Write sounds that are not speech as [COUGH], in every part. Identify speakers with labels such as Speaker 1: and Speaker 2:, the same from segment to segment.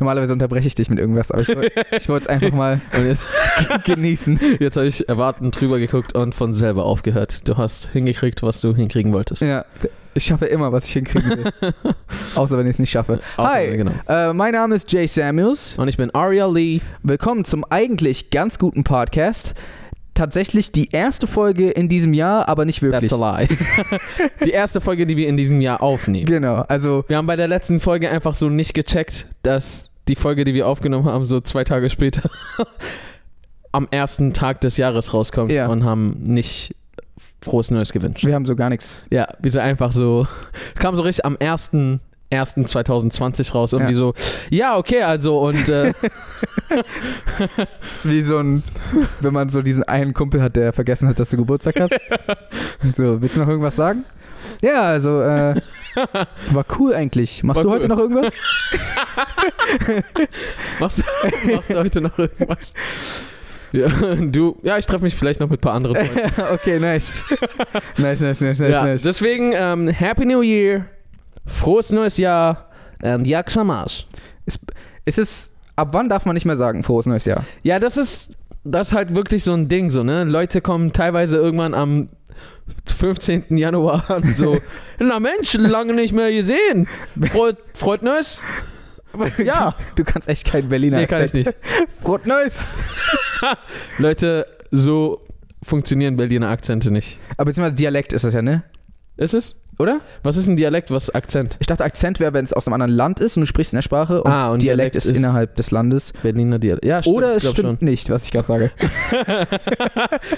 Speaker 1: Normalerweise unterbreche ich dich mit irgendwas, aber ich,
Speaker 2: [LAUGHS]
Speaker 1: woll- ich wollte es einfach mal
Speaker 2: Und jetzt, [LAUGHS]
Speaker 1: genießen.
Speaker 2: jetzt habe ich erwartend drüber geguckt und von selber aufgehört. Du hast hingekriegt, was du hinkriegen wolltest.
Speaker 1: Ja, ich schaffe immer, was ich hinkriegen will.
Speaker 2: [LAUGHS]
Speaker 1: Außer wenn ich es nicht schaffe.
Speaker 2: Außer-
Speaker 1: Hi.
Speaker 2: Genau.
Speaker 1: Äh, mein Name ist Jay Samuels.
Speaker 2: Und ich bin Aria Lee.
Speaker 1: Willkommen zum eigentlich ganz guten Podcast. Tatsächlich die erste Folge in diesem Jahr, aber nicht wirklich.
Speaker 2: That's a lie. [LAUGHS] die erste Folge, die wir in diesem Jahr aufnehmen.
Speaker 1: Genau, also
Speaker 2: Wir haben bei der letzten Folge einfach so nicht gecheckt, dass die Folge, die wir aufgenommen haben, so zwei Tage später [LAUGHS] am ersten Tag des Jahres rauskommt
Speaker 1: Ja.
Speaker 2: und haben nicht frohes Neues gewünscht.
Speaker 1: wir haben so gar nichts.
Speaker 2: Ja, wie so einfach so, [LAUGHS] kam so richtig am 1. 2020 raus und
Speaker 1: Ja.
Speaker 2: wie so, ja, okay, also und [LAUGHS] äh,
Speaker 1: Es ist wie so ein, wenn man so diesen einen Kumpel hat, der vergessen hat, dass du Geburtstag
Speaker 2: [LAUGHS]
Speaker 1: hast. Und so, willst du noch irgendwas sagen? Ja, also, äh, war cool eigentlich. Machst
Speaker 2: War
Speaker 1: du
Speaker 2: cool.
Speaker 1: heute noch irgendwas?
Speaker 2: [LAUGHS]
Speaker 1: [LAUGHS]
Speaker 2: machst, du- machst du heute noch irgendwas? Ja, [LAUGHS] du, ja, ich treffe mich vielleicht noch mit ein paar anderen Freunden.
Speaker 1: okay, nice. Nice, nice, nice, nice,
Speaker 2: [LAUGHS] ja,
Speaker 1: nice.
Speaker 2: Deswegen, ähm, Happy New Year, frohes neues Jahr, ähm, Jaksamash.
Speaker 1: Ist es, ab wann darf man nicht mehr sagen, frohes neues Jahr?
Speaker 2: Ja, das ist, das ist halt wirklich so ein Ding, so, ne? Leute kommen teilweise irgendwann am 15. Januar [LAUGHS] an, so, na Mensch, lange nicht mehr gesehen. Freut,
Speaker 1: [LAUGHS]
Speaker 2: freut neues? [LAUGHS] Ja.
Speaker 1: Du, du kannst echt kein Berliner
Speaker 2: Nee, kann ich nicht.
Speaker 1: Frohes neues.
Speaker 2: Leute, so funktionieren Berliner Akzente nicht.
Speaker 1: Aber beziehungsweise Dialekt ist das ja, ne?
Speaker 2: Ist es?
Speaker 1: Oder?
Speaker 2: Was ist ein Dialekt, was Akzent?
Speaker 1: Ich dachte, Akzent wäre, wenn es aus einem anderen Land ist und du sprichst in der Sprache und,
Speaker 2: Ah, und
Speaker 1: Dialekt,
Speaker 2: Dialekt
Speaker 1: ist,
Speaker 2: ist-
Speaker 1: innerhalb des Landes.
Speaker 2: Berliner Dialekt. Ja, stimmt,
Speaker 1: Oder
Speaker 2: ich
Speaker 1: es
Speaker 2: glaub
Speaker 1: stimmt nicht, was ich gerade sage.
Speaker 2: schon.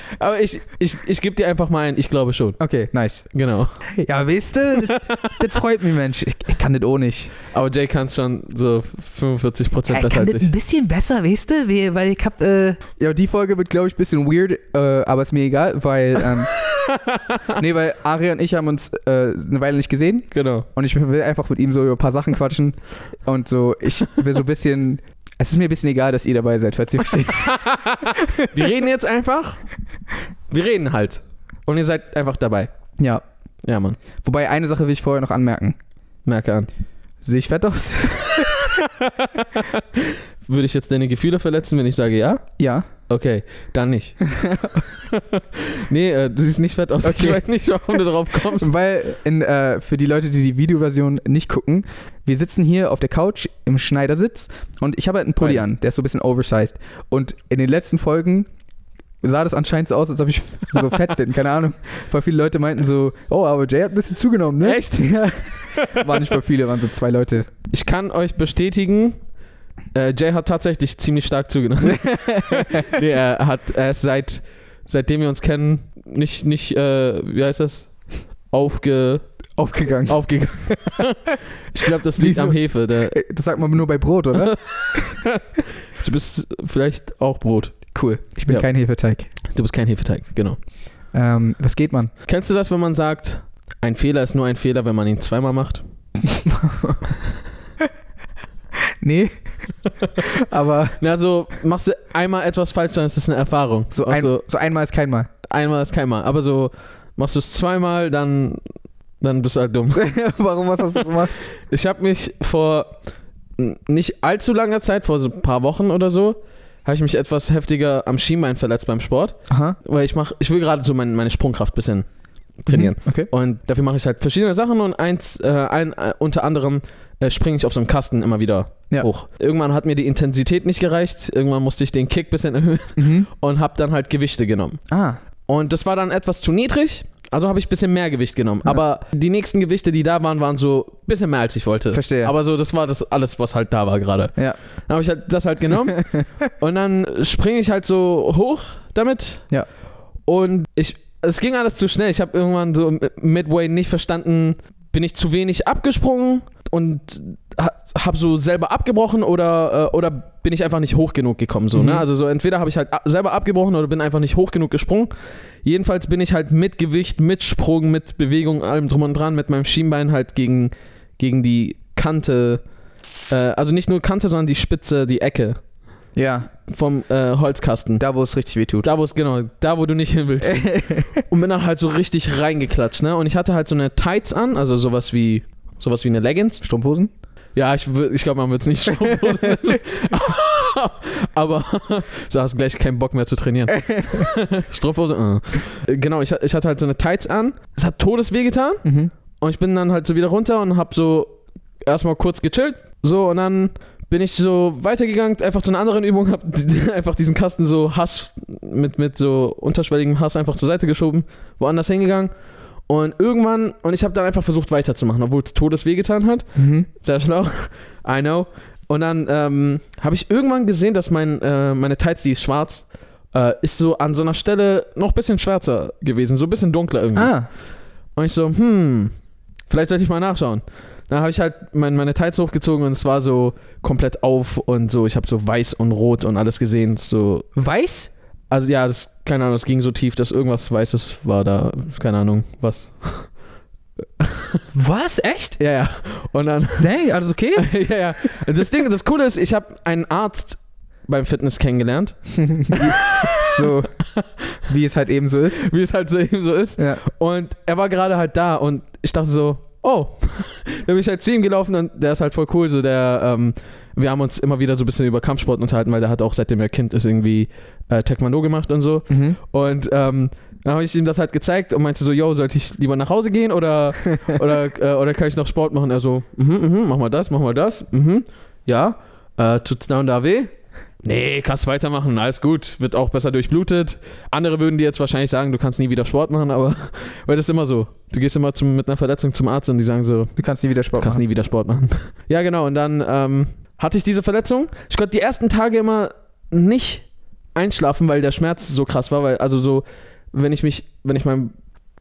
Speaker 2: [LAUGHS] Aber ich, ich, ich gebe dir einfach mal ein, ich glaube schon.
Speaker 1: Okay, nice.
Speaker 2: Genau.
Speaker 1: Ja, wisst ihr, das, das freut mich, Mensch. Ich, ich kann das auch nicht.
Speaker 2: Aber Jay kann es schon so 45 Prozent besser
Speaker 3: kann
Speaker 2: als
Speaker 3: das ein
Speaker 2: ich.
Speaker 3: bisschen besser, weißt du? Wie- Weil ich hab, äh,
Speaker 1: Ja, die Folge wird, glaube ich, ein bisschen weird, äh, aber ist mir egal, weil.
Speaker 3: [LAUGHS]
Speaker 1: Ähm, nee, weil Ari und ich haben uns äh, eine Weile nicht gesehen
Speaker 2: Genau.
Speaker 1: und ich will einfach mit ihm so über ein paar Sachen quatschen und so, ich will so ein bisschen. Es ist mir ein bisschen egal, dass ihr dabei seid, falls
Speaker 3: [LAUGHS]
Speaker 1: ihr versteht.
Speaker 2: Wir reden jetzt einfach. Wir reden halt. Und ihr seid einfach dabei.
Speaker 1: Ja.
Speaker 2: Ja, Mann.
Speaker 1: Wobei, eine Sache will ich vorher noch anmerken.
Speaker 2: Merke an.
Speaker 1: Sehe ich fett aus?
Speaker 2: Würde ich jetzt deine Gefühle verletzen, wenn ich sage ja?
Speaker 1: ja.
Speaker 2: Okay,
Speaker 1: [LAUGHS]
Speaker 2: dann nicht. nee, äh, du siehst nicht fett aus. Ich
Speaker 1: Okay.
Speaker 2: weiß nicht, warum du drauf
Speaker 1: [LAUGHS]
Speaker 2: kommst.
Speaker 1: Weil in, äh, für die Leute, die die Videoversion nicht gucken, wir sitzen hier auf der Couch im Schneidersitz und ich habe halt einen Pulli
Speaker 2: Nein.
Speaker 1: an, der ist so ein bisschen oversized. Und in den letzten Folgen sah das anscheinend so aus, als ob ich [LAUGHS] f- so fett bin, keine Ahnung. Voll viele Leute meinten so, oh, aber Jay hat ein bisschen zugenommen, ne? [LAUGHS]
Speaker 2: Echt?
Speaker 1: Ja. Waren nicht voll viele, waren so zwei [LAUGHS] Leute.
Speaker 2: Ich kann euch bestätigen, äh, Jay hat tatsächlich ziemlich stark
Speaker 1: [LAUGHS]
Speaker 2: zugenommen. nee, er hat er ist seit seitdem wir uns kennen nicht nicht äh, wie heißt das aufge
Speaker 1: Aufgegangen. [LAUGHS]
Speaker 2: aufgegangen. ich glaube, das liegt
Speaker 1: Wieso?
Speaker 2: am Hefe. Der,
Speaker 1: Äh, Das sagt man nur bei Brot, oder?
Speaker 2: du bist vielleicht auch Brot.
Speaker 1: Cool. Ich bin
Speaker 2: Ja.
Speaker 1: kein Hefeteig.
Speaker 2: Du bist kein Hefeteig, genau.
Speaker 1: Ähm, was geht man?
Speaker 2: Kennst du das, wenn man sagt, ein Fehler ist nur ein Fehler, wenn man ihn zweimal macht?
Speaker 1: [LAUGHS] Nee. aber
Speaker 2: Na, so machst du einmal etwas falsch, dann ist es eine Erfahrung.
Speaker 1: so, ein,
Speaker 2: also
Speaker 1: so einmal ist kein Mal.
Speaker 2: einmal ist keinmal. Aber so machst du es zweimal, dann, dann bist du halt dumm.
Speaker 1: [LAUGHS] Warum was hast du gemacht?
Speaker 2: Ich habe mich vor n- nicht allzu langer Zeit, vor so ein paar Wochen oder so, habe ich mich etwas heftiger am Schienbein verletzt beim Sport.
Speaker 1: Aha.
Speaker 2: Weil ich mach, ich will gerade so mein, meine Sprungkraft ein bisschen trainieren.
Speaker 1: Mhm, Okay.
Speaker 2: Und dafür mache ich halt verschiedene Sachen und eins, äh, ein, äh, unter anderem äh, springe ich auf so einen Kasten immer wieder
Speaker 1: Ja.
Speaker 2: hoch. Irgendwann hat mir die Intensität nicht gereicht, irgendwann musste ich den Kick ein bisschen erhöhen [LAUGHS]
Speaker 1: Mhm.
Speaker 2: und habe dann halt Gewichte genommen.
Speaker 1: Ah,
Speaker 2: Und das war dann etwas zu niedrig, also habe ich ein bisschen mehr Gewicht genommen.
Speaker 1: Ja.
Speaker 2: Aber die nächsten Gewichte, die da waren, waren so ein bisschen mehr, als ich wollte.
Speaker 1: Verstehe.
Speaker 2: Aber so, das war das alles, was halt da war gerade.
Speaker 1: Ja.
Speaker 2: Dann habe ich halt das
Speaker 1: [LAUGHS]
Speaker 2: halt genommen und dann springe ich halt so hoch damit.
Speaker 1: Ja.
Speaker 2: Und ich, es ging alles zu schnell. Ich habe irgendwann so midway nicht verstanden, bin ich zu wenig abgesprungen und ha- habe so selber abgebrochen oder, äh, oder bin ich einfach nicht hoch genug gekommen. So, ne?
Speaker 1: Mhm.
Speaker 2: Also so entweder habe ich halt a- selber abgebrochen oder bin einfach nicht hoch genug gesprungen. Jedenfalls bin ich halt mit Gewicht, mit Sprung, mit Bewegung, allem drum und dran, mit meinem Schienbein halt gegen, gegen die Kante, äh, also nicht nur Kante, sondern die Spitze, die Ecke
Speaker 1: Ja,
Speaker 2: vom äh, Holzkasten.
Speaker 1: da wo es richtig weh tut.
Speaker 2: Da, wo es, genau, da, wo du nicht hin willst. und bin dann halt so richtig reingeklatscht, ne? Und ich hatte halt so eine Tights an, also sowas wie, sowas wie eine Leggings.
Speaker 1: Strumpfhosen?
Speaker 2: Ja, ich, wür- ich glaube, man wird es nicht Strumpfhosen nennen. [LAUGHS] Aber so hast du gleich keinen Bock mehr zu trainieren. Strumpfhose, äh. Genau, ich, ich hatte halt so eine Tights an. Es hat Todesweh getan.
Speaker 1: Mhm.
Speaker 2: Und ich bin dann halt so wieder runter und hab so erstmal kurz gechillt. So, und dann bin ich so weitergegangen, einfach zu einer anderen Übung, hab [LAUGHS] einfach diesen Kasten so Hass mit, mit so unterschwelligem Hass einfach zur Seite geschoben, woanders hingegangen. Und irgendwann, und ich habe dann einfach versucht weiterzumachen, obwohl es Todesweh getan hat.
Speaker 1: Mhm.
Speaker 2: Sehr schlau. [LAUGHS] I know. Und dann ähm, habe ich irgendwann gesehen, dass mein, äh, meine Tights, die ist schwarz, äh, ist so an so einer Stelle noch ein bisschen schwärzer gewesen, so ein bisschen dunkler irgendwie.
Speaker 1: Ah,
Speaker 2: Und ich so, hm, vielleicht sollte ich mal nachschauen. Dann habe ich halt mein, meine Teils hochgezogen und es war so komplett auf und so. Ich habe so weiß und rot und alles gesehen. So,
Speaker 1: weiß?
Speaker 2: also ja, das, keine Ahnung, es ging so tief, dass irgendwas Weißes war da. Keine Ahnung, was.
Speaker 1: [LAUGHS] Was? Echt?
Speaker 2: Ja, ja. Und dann, [LAUGHS]
Speaker 1: Dang, alles okay?
Speaker 2: ja, ja. Und Das Ding, das Coole ist, ich habe einen Arzt beim Fitness kennengelernt,
Speaker 1: [LAUGHS] so, wie es halt eben so ist.
Speaker 2: [LAUGHS] wie es halt so eben so ist.
Speaker 1: Ja.
Speaker 2: Und er war gerade halt da und ich dachte so, oh. [LAUGHS] dann bin ich halt zu ihm gelaufen und der ist halt voll cool. So der, ähm, wir haben uns immer wieder so ein bisschen über Kampfsport unterhalten, weil der hat auch seitdem er Kind ist irgendwie äh, Taekwondo gemacht und so.
Speaker 1: Mhm.
Speaker 2: Und ähm, dann habe ich ihm das halt gezeigt und meinte so, yo, sollte ich lieber nach Hause gehen oder, oder, äh, oder kann ich noch Sport machen? Er so, mhm, mhm, mach mal das, mach mal das, mhm, ja. Äh, tut's da und da weh? Nee, kannst weitermachen, alles gut, wird auch besser durchblutet. Andere würden dir jetzt wahrscheinlich sagen, du kannst nie wieder Sport machen, aber [LAUGHS] weil das ist immer so. Du gehst immer zum, mit einer Verletzung zum Arzt und die sagen so,
Speaker 1: Du kannst nie wieder
Speaker 2: Du
Speaker 1: Sport
Speaker 2: kannst
Speaker 1: machen.
Speaker 2: nie wieder Sport machen. [LAUGHS] Ja, genau. Und dann ähm, hatte ich diese Verletzung. Ich konnte die ersten Tage immer nicht einschlafen, weil der Schmerz so krass war. Weil, also so, wenn ich mich, wenn ich mein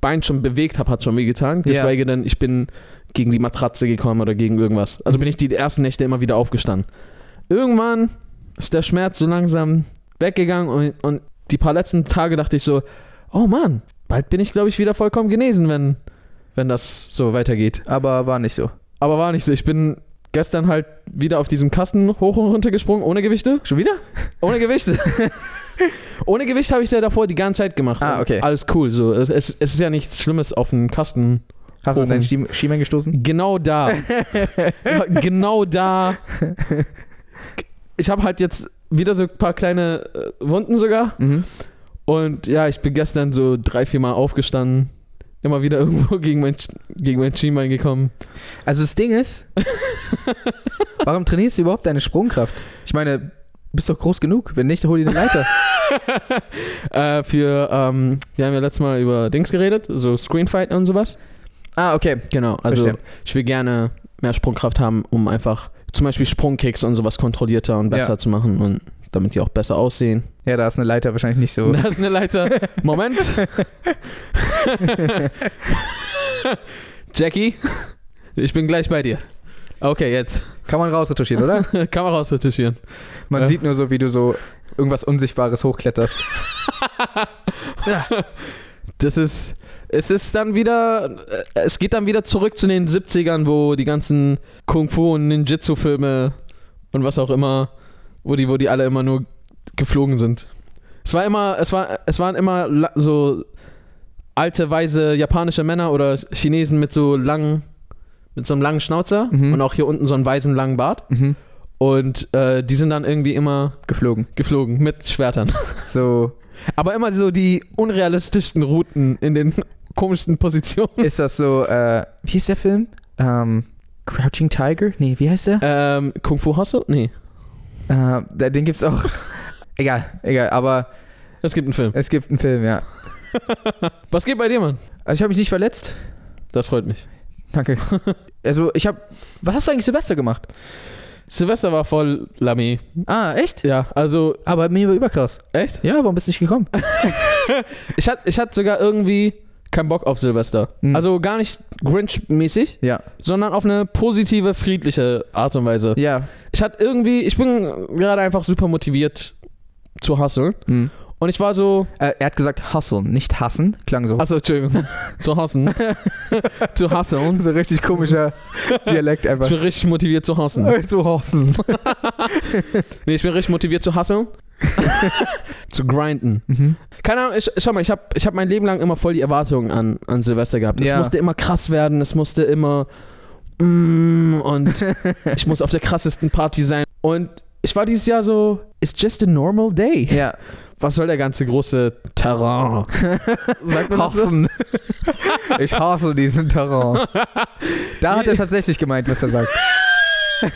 Speaker 2: Bein schon bewegt habe, hat schon wehgetan.
Speaker 1: Ja.
Speaker 2: Geschweige denn, ich bin gegen die Matratze gekommen oder gegen irgendwas. Also bin ich die ersten Nächte immer wieder aufgestanden. Irgendwann ist der Schmerz so langsam weggegangen und, und die paar letzten Tage dachte ich so, oh Mann, bald bin ich, glaube ich, wieder vollkommen genesen, wenn, wenn das so weitergeht.
Speaker 1: Aber war nicht so.
Speaker 2: Aber war nicht so. Ich bin gestern halt wieder auf diesem Kasten hoch und runter gesprungen, ohne Gewichte.
Speaker 1: Schon wieder? [LAUGHS]
Speaker 2: Ohne Gewichte. ohne Gewicht habe ich es ja davor die ganze Zeit gemacht.
Speaker 1: Ah, okay.
Speaker 2: Alles cool. So. Es, es es ist ja nichts Schlimmes auf dem Kasten.
Speaker 1: Hast du
Speaker 2: Oben.
Speaker 1: deinen Schie- Schiemen gestoßen? [LAUGHS]
Speaker 2: Genau da. Ja, genau da. Ich habe halt jetzt wieder so ein paar kleine äh, Wunden sogar.
Speaker 1: Mhm.
Speaker 2: Und ja, ich bin gestern so drei, vier Mal aufgestanden. Immer wieder [LAUGHS] irgendwo gegen mein, Sch- gegen mein Schienbein gekommen.
Speaker 1: [LAUGHS] Also das Ding ist, warum trainierst du überhaupt deine Sprungkraft? Ich meine, bist doch groß genug. Wenn nicht, hol dir eine Leiter. [LAUGHS]
Speaker 2: [LAUGHS] Äh, für, ähm, wir haben ja letztes Mal über Dings geredet, so Screenfight und sowas.
Speaker 1: ah, okay.
Speaker 2: Genau, also
Speaker 1: Verstehe.
Speaker 2: ich will gerne mehr Sprungkraft haben, um einfach zum Beispiel Sprungkicks und sowas kontrollierter und besser
Speaker 1: Ja.
Speaker 2: zu machen und damit die auch besser [LAUGHS] aussehen.
Speaker 1: Ja, da ist eine Leiter wahrscheinlich nicht so.
Speaker 2: Da ist eine Leiter. Moment. [LAUGHS] Jackie, ich bin gleich bei dir. Okay, jetzt. [LAUGHS]
Speaker 1: Kann man rausretuschieren, oder?
Speaker 2: Kamera ausretuschieren.
Speaker 1: Man
Speaker 2: Ja.
Speaker 1: sieht nur so, wie du so irgendwas Unsichtbares hochkletterst.
Speaker 2: Das ist, es ist dann wieder, äh, es geht dann wieder zurück zu den 70ern, wo die ganzen Kung-Fu- und Ninjutsu-Filme und was auch immer, wo die, wo die alle immer nur geflogen sind. Es war immer, es war, es waren immer la- so alte, weise japanische Männer oder Chinesen mit so langen, mit so einem langen Schnauzer
Speaker 1: Mhm.
Speaker 2: und auch hier unten so einen weißen langen Bart.
Speaker 1: Mhm.
Speaker 2: Und äh, die sind dann irgendwie immer
Speaker 1: Geflogen.
Speaker 2: geflogen mit Schwertern.
Speaker 1: So
Speaker 2: Aber immer so die unrealistischsten Routen in den [LAUGHS] komischsten Positionen.
Speaker 1: ist das so, äh, wie hieß der Film? Ähm, Crouching Tiger? Nee, wie heißt der?
Speaker 2: Ähm, Kung Fu Hustle? Nee,
Speaker 1: Äh, der- den gibt's auch. [LAUGHS] egal, egal, aber
Speaker 2: es gibt einen Film.
Speaker 1: es gibt einen Film, ja.
Speaker 2: Was geht bei dir, Mann?
Speaker 1: Also ich habe mich nicht verletzt.
Speaker 2: Das freut mich.
Speaker 1: Danke. [LAUGHS] Also ich habe, was hast du eigentlich Silvester gemacht?
Speaker 2: Silvester war voll Lamy.
Speaker 1: Ah, echt?
Speaker 2: Ja, also,
Speaker 1: Aber mir war überkrass.
Speaker 2: echt?
Speaker 1: Ja, warum bist du nicht gekommen? [LAUGHS]
Speaker 2: Ich hatte ich hatte sogar irgendwie keinen Bock auf Silvester.
Speaker 1: Mhm.
Speaker 2: Also gar nicht Grinch-mäßig,
Speaker 1: Ja,
Speaker 2: sondern auf eine positive, friedliche Art und Weise.
Speaker 1: ja.
Speaker 2: Ich hatte irgendwie, ich bin gerade einfach super motiviert zu hustlen.
Speaker 1: Mhm.
Speaker 2: Und ich war so,
Speaker 1: Äh, er hat gesagt hustlen, nicht hassen. Klang so.
Speaker 2: achso, Entschuldigung, [LAUGHS] zu hassen. zu hassen.
Speaker 1: so richtig [LAUGHS] komischer Dialekt
Speaker 2: Ich
Speaker 1: einfach.
Speaker 2: bin richtig motiviert zu hassen.
Speaker 1: Äh, So hustlen.
Speaker 2: Nee, ich bin richtig motiviert zu hassen. [LAUGHS] zu grinden.
Speaker 1: Mhm. [LAUGHS]
Speaker 2: Keine Ahnung, ich, schau mal, ich habe ich hab mein Leben lang immer voll die Erwartungen an, an Silvester gehabt. Es
Speaker 1: Ja.
Speaker 2: musste immer krass werden, es musste immer mm, und ich muss auf der krassesten Party sein. Und ich war dieses Jahr so, it's just a normal day.
Speaker 1: Ja.
Speaker 2: Was soll der ganze große Terrain? [LAUGHS] Sagt man das so?
Speaker 1: Hassen. [LAUGHS] ich hasse diesen Terrain. Da hat er tatsächlich gemeint, was er sagt.
Speaker 2: [LAUGHS]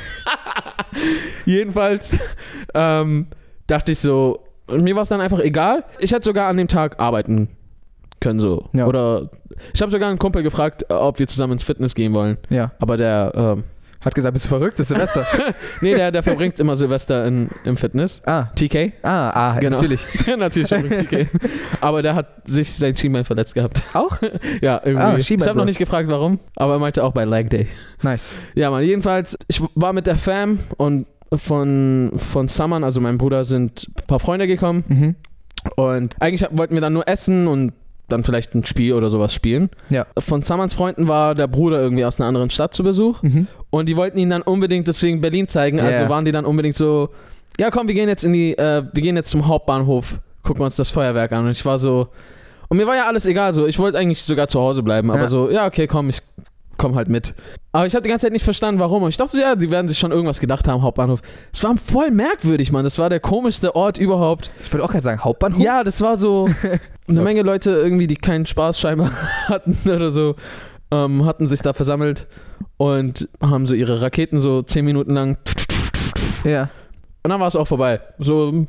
Speaker 2: Jedenfalls ähm, dachte ich so, mir war es dann einfach egal. Ich hätte sogar an dem Tag arbeiten können so.
Speaker 1: Ja.
Speaker 2: Oder ich habe sogar einen Kumpel gefragt, äh, ob wir zusammen ins Fitness gehen wollen.
Speaker 1: Ja.
Speaker 2: Aber der, ähm,
Speaker 1: Hat gesagt, bist du verrückt, das ist Silvester.
Speaker 2: nee, der, der verbringt immer Silvester in, im Fitness.
Speaker 1: ah.
Speaker 2: TK?
Speaker 1: Ah, ah,
Speaker 2: Genau.
Speaker 1: natürlich.
Speaker 2: [LAUGHS] Natürlich schon mit TK. Aber der hat sich sein Schienbein verletzt gehabt.
Speaker 1: Auch?
Speaker 2: [LAUGHS] Ja, irgendwie.
Speaker 1: Ah,
Speaker 2: ich
Speaker 1: Schienbein
Speaker 2: habe noch
Speaker 1: bloß.
Speaker 2: nicht gefragt, warum. Aber er meinte auch bei Leg Day.
Speaker 1: Nice.
Speaker 2: Ja, man, jedenfalls, ich war mit der Fam und von, von Saman, also meinem Bruder, sind ein paar Freunde gekommen.
Speaker 1: Mhm.
Speaker 2: Und eigentlich hab- wollten wir dann nur essen und dann vielleicht ein Spiel oder sowas spielen.
Speaker 1: Ja.
Speaker 2: Von Samans Freunden war der Bruder irgendwie aus einer anderen Stadt zu Besuch.
Speaker 1: Mhm.
Speaker 2: Und die wollten ihn dann unbedingt deswegen Berlin zeigen.
Speaker 1: Ja,
Speaker 2: Also
Speaker 1: ja.
Speaker 2: waren die dann unbedingt so, ja komm, wir gehen jetzt in die, äh, wir gehen jetzt zum Hauptbahnhof, gucken uns das Feuerwerk an. Und ich war so, und mir war ja alles egal, so ich wollte eigentlich sogar zu Hause bleiben, aber
Speaker 1: Ja.
Speaker 2: so, ja, okay, komm, ich komm halt mit. Aber ich habe die ganze Zeit nicht verstanden, warum. Und ich dachte, so, ja, die werden sich schon irgendwas gedacht haben, Hauptbahnhof. Es war voll merkwürdig, Mann. Das war der komischste Ort überhaupt.
Speaker 1: Ich würde auch gerade sagen, Hauptbahnhof?
Speaker 2: Ja, das war so eine Menge Leute irgendwie, die keinen Spaß scheinbar [LAUGHS] hatten oder so, ähm, hatten sich da versammelt und haben so ihre Raketen so zehn Minuten lang
Speaker 1: ja.
Speaker 2: und dann war es auch vorbei. So,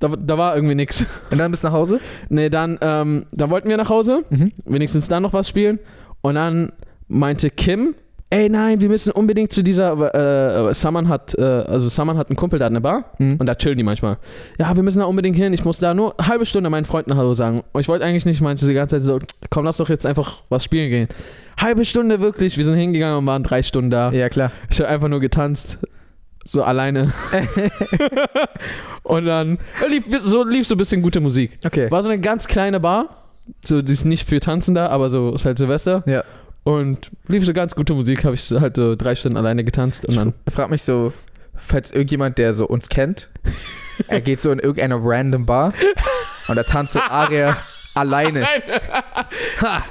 Speaker 2: da, da war irgendwie nix. [LAUGHS]
Speaker 1: Und dann bist du nach Hause?
Speaker 2: Nee, dann, ähm, dann wollten wir nach Hause,
Speaker 1: Mhm.
Speaker 2: wenigstens dann noch was spielen und dann meinte Kim, ey nein, wir müssen unbedingt zu dieser, äh, äh, Saman hat, äh, also Saman hat einen Kumpel, der hat eine Bar
Speaker 1: Mhm.
Speaker 2: und da chillen die manchmal. Ja, wir müssen da unbedingt hin. Ich muss da nur eine halbe Stunde meinen Freunden Hallo sagen. Und ich wollte eigentlich nicht, meinte die ganze Zeit so, komm, lass doch jetzt einfach was spielen gehen. Halbe Stunde wirklich. Wir sind hingegangen und waren drei Stunden da.
Speaker 1: Ja, klar.
Speaker 2: Ich habe einfach nur getanzt. So [LAUGHS] alleine. und dann lief, so lief so ein bisschen gute Musik.
Speaker 1: Okay.
Speaker 2: War so eine ganz kleine Bar. So, die ist nicht für Tanzen da, aber so ist halt Silvester.
Speaker 1: Ja.
Speaker 2: Und lief so ganz gute Musik, habe ich so halt so drei Stunden alleine getanzt und dann.
Speaker 1: Ich frage mich so, falls irgendjemand, der so uns kennt, er geht so in irgendeine random Bar und da tanzt so
Speaker 2: [LAUGHS]
Speaker 1: Aria alleine
Speaker 2: Ha!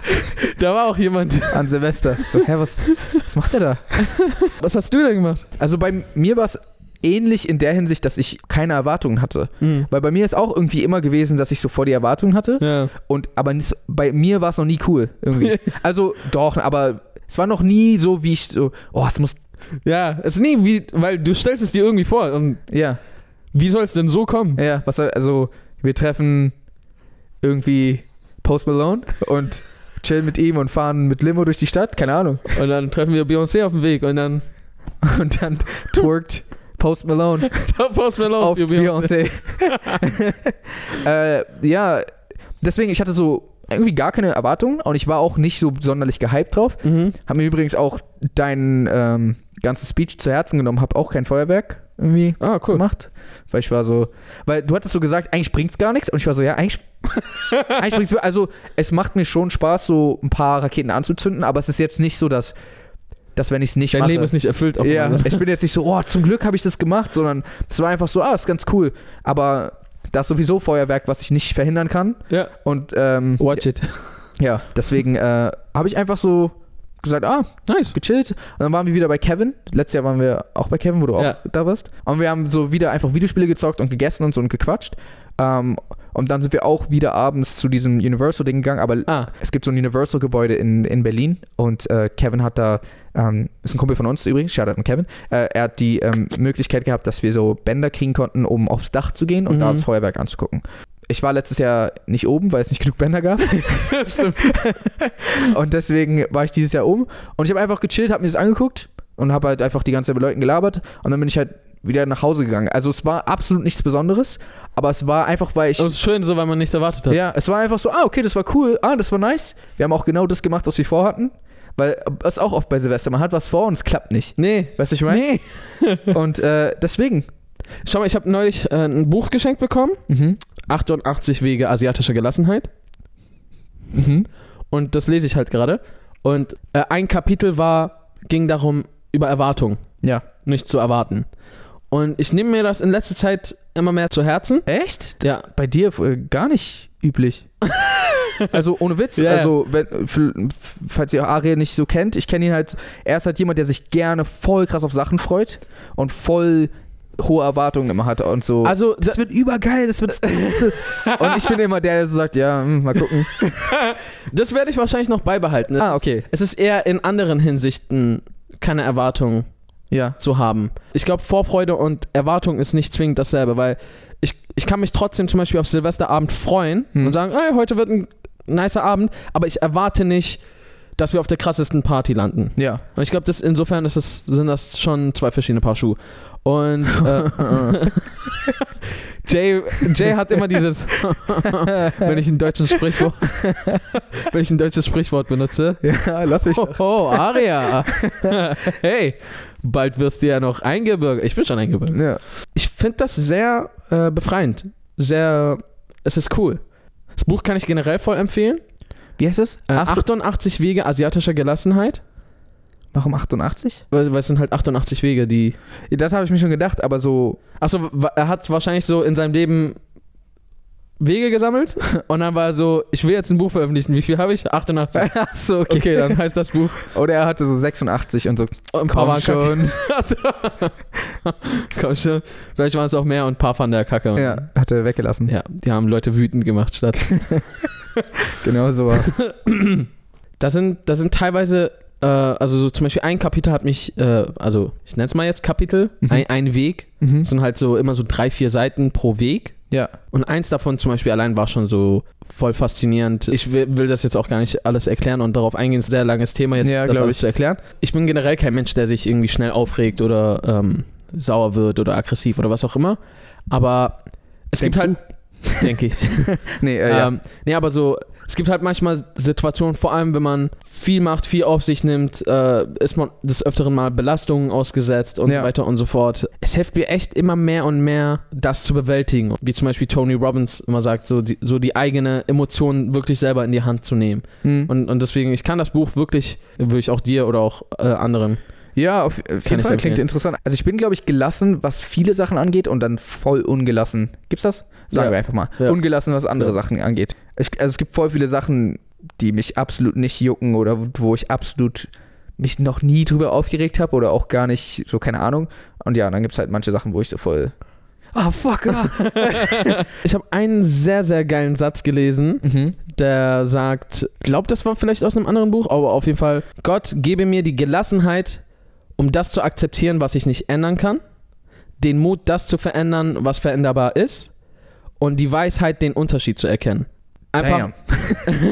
Speaker 2: Da war auch jemand.
Speaker 1: an Silvester. So, hä, was, was macht er da?
Speaker 2: Was hast du denn gemacht?
Speaker 1: Also bei mir war es ähnlich in der Hinsicht, dass ich keine Erwartungen hatte.
Speaker 2: Mhm.
Speaker 1: Weil bei mir ist auch irgendwie immer gewesen, dass ich so vor die Erwartungen hatte.
Speaker 2: Ja.
Speaker 1: Und aber nicht, so- bei mir war es noch nie cool irgendwie. Also doch, aber es war noch nie so, wie ich so, oh, es muss,
Speaker 2: ja, es ist nie wie, weil du stellst es dir irgendwie vor und
Speaker 1: ja,
Speaker 2: wie soll es denn so kommen?
Speaker 1: ja, was soll, also wir treffen irgendwie Post Malone und chillen mit ihm und fahren mit Limo durch die Stadt, keine Ahnung. [LAUGHS]
Speaker 2: Und dann treffen wir Beyoncé auf dem Weg und dann
Speaker 1: Und dann twerkt Post Malone
Speaker 2: Post Malone
Speaker 1: auf
Speaker 2: für
Speaker 1: Beyoncé.
Speaker 2: [LAUGHS]
Speaker 1: äh, ja, deswegen, ich hatte so irgendwie gar keine Erwartungen und ich war auch nicht so sonderlich gehypt drauf.
Speaker 2: Mhm.
Speaker 1: Hab mir übrigens auch dein ähm, ganzes Speech zu Herzen genommen, hab auch kein Feuerwerk irgendwie
Speaker 2: Ah, cool.
Speaker 1: gemacht, weil ich war so, weil du hattest so gesagt, eigentlich bringt's gar nichts und ich war so, ja,
Speaker 2: [LAUGHS]
Speaker 1: eigentlich, eigentlich bringt's, also es macht mir schon Spaß, so ein paar Raketen anzuzünden, aber es ist jetzt nicht so, dass, dass wenn ich es nicht
Speaker 2: Dein
Speaker 1: mache,
Speaker 2: Leben ist nicht erfüllt. auf
Speaker 1: ja,
Speaker 2: einmal. ne?
Speaker 1: ich bin jetzt nicht so, oh, zum Glück habe ich das gemacht, sondern es war einfach so, ah, ist ganz cool. Aber das ist sowieso Feuerwerk, was ich nicht verhindern kann.
Speaker 2: ja.
Speaker 1: Und ähm,
Speaker 2: Watch it.
Speaker 1: ja, deswegen äh, habe ich einfach so gesagt, ah,
Speaker 2: Nice.
Speaker 1: gechillt. Und dann waren wir wieder bei Kevin. Letztes Jahr waren wir auch bei Kevin, wo du auch
Speaker 2: Ja.
Speaker 1: da warst. Und wir haben so wieder einfach Videospiele gezockt und gegessen und so und gequatscht. Ähm, und dann sind wir auch wieder abends zu diesem Universal-Ding gegangen, aber [LAUGHS]
Speaker 2: Ah,
Speaker 1: es gibt so ein Universal-Gebäude in, in Berlin und äh, Kevin hat da, ähm, ist ein Kumpel von uns übrigens, Shoutout an Kevin, äh, er hat die ähm, Möglichkeit gehabt, dass wir so Bänder kriegen konnten, um aufs Dach zu gehen und da
Speaker 2: Mhm.
Speaker 1: das Feuerwerk anzugucken. Ich war letztes Jahr nicht oben, weil es nicht [LAUGHS] genug Bänder gab
Speaker 2: stimmt.
Speaker 1: und deswegen war ich dieses Jahr oben und ich habe einfach gechillt, habe mir das angeguckt und habe halt einfach die ganze Zeit mit Leuten gelabert und dann bin ich halt wieder nach Hause gegangen. Also es war absolut nichts Besonderes, aber es war einfach, weil ich...
Speaker 2: Das ist schön, so weil man nichts erwartet hat.
Speaker 1: Ja, es war einfach so, ah, okay, das war cool, ah, das war nice. Wir haben auch genau das gemacht, was wir vorhatten. Weil äh, das ist auch oft bei Silvester, man hat was vor und es klappt nicht.
Speaker 2: Nee.
Speaker 1: Weißt du, ich meine?
Speaker 2: Nee.
Speaker 1: Und äh, deswegen.
Speaker 2: Schau mal, ich habe neulich äh, ein Buch geschenkt bekommen. 88 Wege asiatischer Gelassenheit.
Speaker 1: Mhm.
Speaker 2: Und das lese ich halt gerade. Und äh, ein Kapitel war, ging darum, über Erwartung
Speaker 1: Ja.
Speaker 2: nicht zu erwarten. Und ich nehme mir das in letzter Zeit immer mehr zu Herzen.
Speaker 1: Echt?
Speaker 2: Ja,
Speaker 1: Bei dir äh, gar nicht [LAUGHS] üblich. also ohne Witz.
Speaker 2: Ja, ja.
Speaker 1: Also, wenn, f- falls ihr Ariel nicht so kennt, ich kenne ihn halt. Er ist halt jemand, der sich gerne voll krass auf Sachen freut und voll hohe Erwartungen immer hat und so.
Speaker 2: also da-
Speaker 1: wird übergeil, das wird. [LAUGHS] und ich bin immer der, der so sagt, ja, hm, mal gucken.
Speaker 2: das werde ich wahrscheinlich noch beibehalten. Es
Speaker 1: ah,
Speaker 2: ist-
Speaker 1: okay.
Speaker 2: Es ist eher in anderen Hinsichten keine Erwartung
Speaker 1: Ja.
Speaker 2: zu haben. Ich glaube, Vorfreude und Erwartung ist nicht zwingend dasselbe, weil ich, ich kann mich trotzdem zum Beispiel auf Silvesterabend freuen
Speaker 1: Hm.
Speaker 2: und sagen, hey, heute wird ein nicer Abend, aber ich erwarte nicht, dass wir auf der krassesten Party landen.
Speaker 1: Ja.
Speaker 2: Und ich glaube, das insofern ist das, sind das schon zwei verschiedene Paar Schuhe. Und äh, Jay, Jay hat immer dieses, wenn ich ein deutsches Sprichwort, wenn ich ein deutsches Sprichwort benutze,
Speaker 1: [LAUGHS] ja, lass mich.
Speaker 2: Oh, oh Aria. hey, bald wirst du ja noch eingebürgert. Ich bin schon eingebürgert.
Speaker 1: [LAUGHS] Ja.
Speaker 2: Ich finde das sehr äh, befreiend. Sehr, es ist cool. Das Buch kann ich generell voll empfehlen.
Speaker 1: Wie heißt das?
Speaker 2: Äh,
Speaker 1: Acht-
Speaker 2: 88 Wege asiatischer Gelassenheit.
Speaker 1: Warum 88?
Speaker 2: Weil, weil es sind halt 88 Wege, die...
Speaker 1: Das habe ich mir schon gedacht, aber [LAUGHS] so.
Speaker 2: Achso, wa- er hat wahrscheinlich so in seinem Leben Wege gesammelt.
Speaker 1: [LAUGHS]
Speaker 2: Und dann war er so, ich will jetzt ein Buch veröffentlichen. Wie viel habe ich?
Speaker 1: [LAUGHS]
Speaker 2: 88.
Speaker 1: Achso,
Speaker 2: Okay, dann heißt das Buch...
Speaker 1: Oder er hatte so 86 und so.
Speaker 2: Oh, ein paar
Speaker 1: Komm
Speaker 2: waren kacke. [LAUGHS]
Speaker 1: schon. [LAUGHS]
Speaker 2: Also, komm schon. Vielleicht waren es auch mehr und ein paar fanden der Kacke.
Speaker 1: [LAUGHS]
Speaker 2: Und-
Speaker 1: Ja, hat er weggelassen.
Speaker 2: ja. Die haben Leute wütend gemacht statt.
Speaker 1: Genau sowas.
Speaker 2: Das sind, das sind teilweise, äh, also so zum Beispiel ein Kapitel hat mich, äh, also ich nenne es mal jetzt Kapitel,
Speaker 1: Mhm.
Speaker 2: ein, ein Weg.
Speaker 1: [LAUGHS] mhm.
Speaker 2: Das sind halt so immer so drei, vier Seiten pro Weg.
Speaker 1: Ja.
Speaker 2: Und eins davon zum Beispiel allein war schon so voll faszinierend. Ich will, will das jetzt auch gar nicht alles erklären und darauf eingehen. Ist ein sehr langes Thema jetzt,
Speaker 1: Ja,
Speaker 2: das
Speaker 1: glaub
Speaker 2: alles
Speaker 1: ich.
Speaker 2: zu erklären. Ich bin generell kein Mensch, der sich irgendwie schnell aufregt oder ähm, sauer wird oder aggressiv oder was auch immer. Aber es
Speaker 1: Denkst
Speaker 2: gibt halt, denke ich.
Speaker 1: Nee, äh, ja.
Speaker 2: ähm, Nee, aber so, es gibt halt manchmal Situationen, vor allem wenn man viel macht, viel auf sich nimmt, äh, ist man des Öfteren mal Belastungen ausgesetzt und
Speaker 1: Ja.
Speaker 2: so weiter und so fort. Es hilft mir echt immer mehr und mehr, das zu bewältigen. Wie zum Beispiel Tony Robbins immer sagt, so die, so die eigene Emotion wirklich selber in die Hand zu nehmen.
Speaker 1: Mhm.
Speaker 2: Und, und deswegen, ich kann das Buch wirklich, würde ich auch dir oder auch äh, anderen.
Speaker 1: ja, auf auf jeden
Speaker 2: ich
Speaker 1: Fall
Speaker 2: empfehlen.
Speaker 1: klingt interessant. Also ich bin, glaube ich, gelassen, was viele Sachen angeht und dann voll ungelassen. Gibt's das? Sagen
Speaker 2: Ja.
Speaker 1: wir einfach mal.
Speaker 2: Ja.
Speaker 1: Ungelassen, was andere
Speaker 2: Ja.
Speaker 1: Sachen angeht. Ich, also es gibt voll viele Sachen, die mich absolut nicht jucken oder wo ich absolut mich noch nie drüber aufgeregt habe oder auch gar nicht, so keine Ahnung. Und ja, dann gibt's halt manche Sachen, wo ich so voll. Ah, fuck. Ah.
Speaker 2: Ich habe einen sehr, sehr geilen Satz gelesen.
Speaker 1: [LAUGHS] mhm.
Speaker 2: der sagt, glaubt das war vielleicht aus einem anderen Buch, aber auf jeden Fall, Gott gebe mir die Gelassenheit, um das zu akzeptieren, was ich nicht ändern kann, den Mut, das zu verändern, was veränderbar ist und die Weisheit, den Unterschied zu erkennen. Einfach,
Speaker 1: Damn.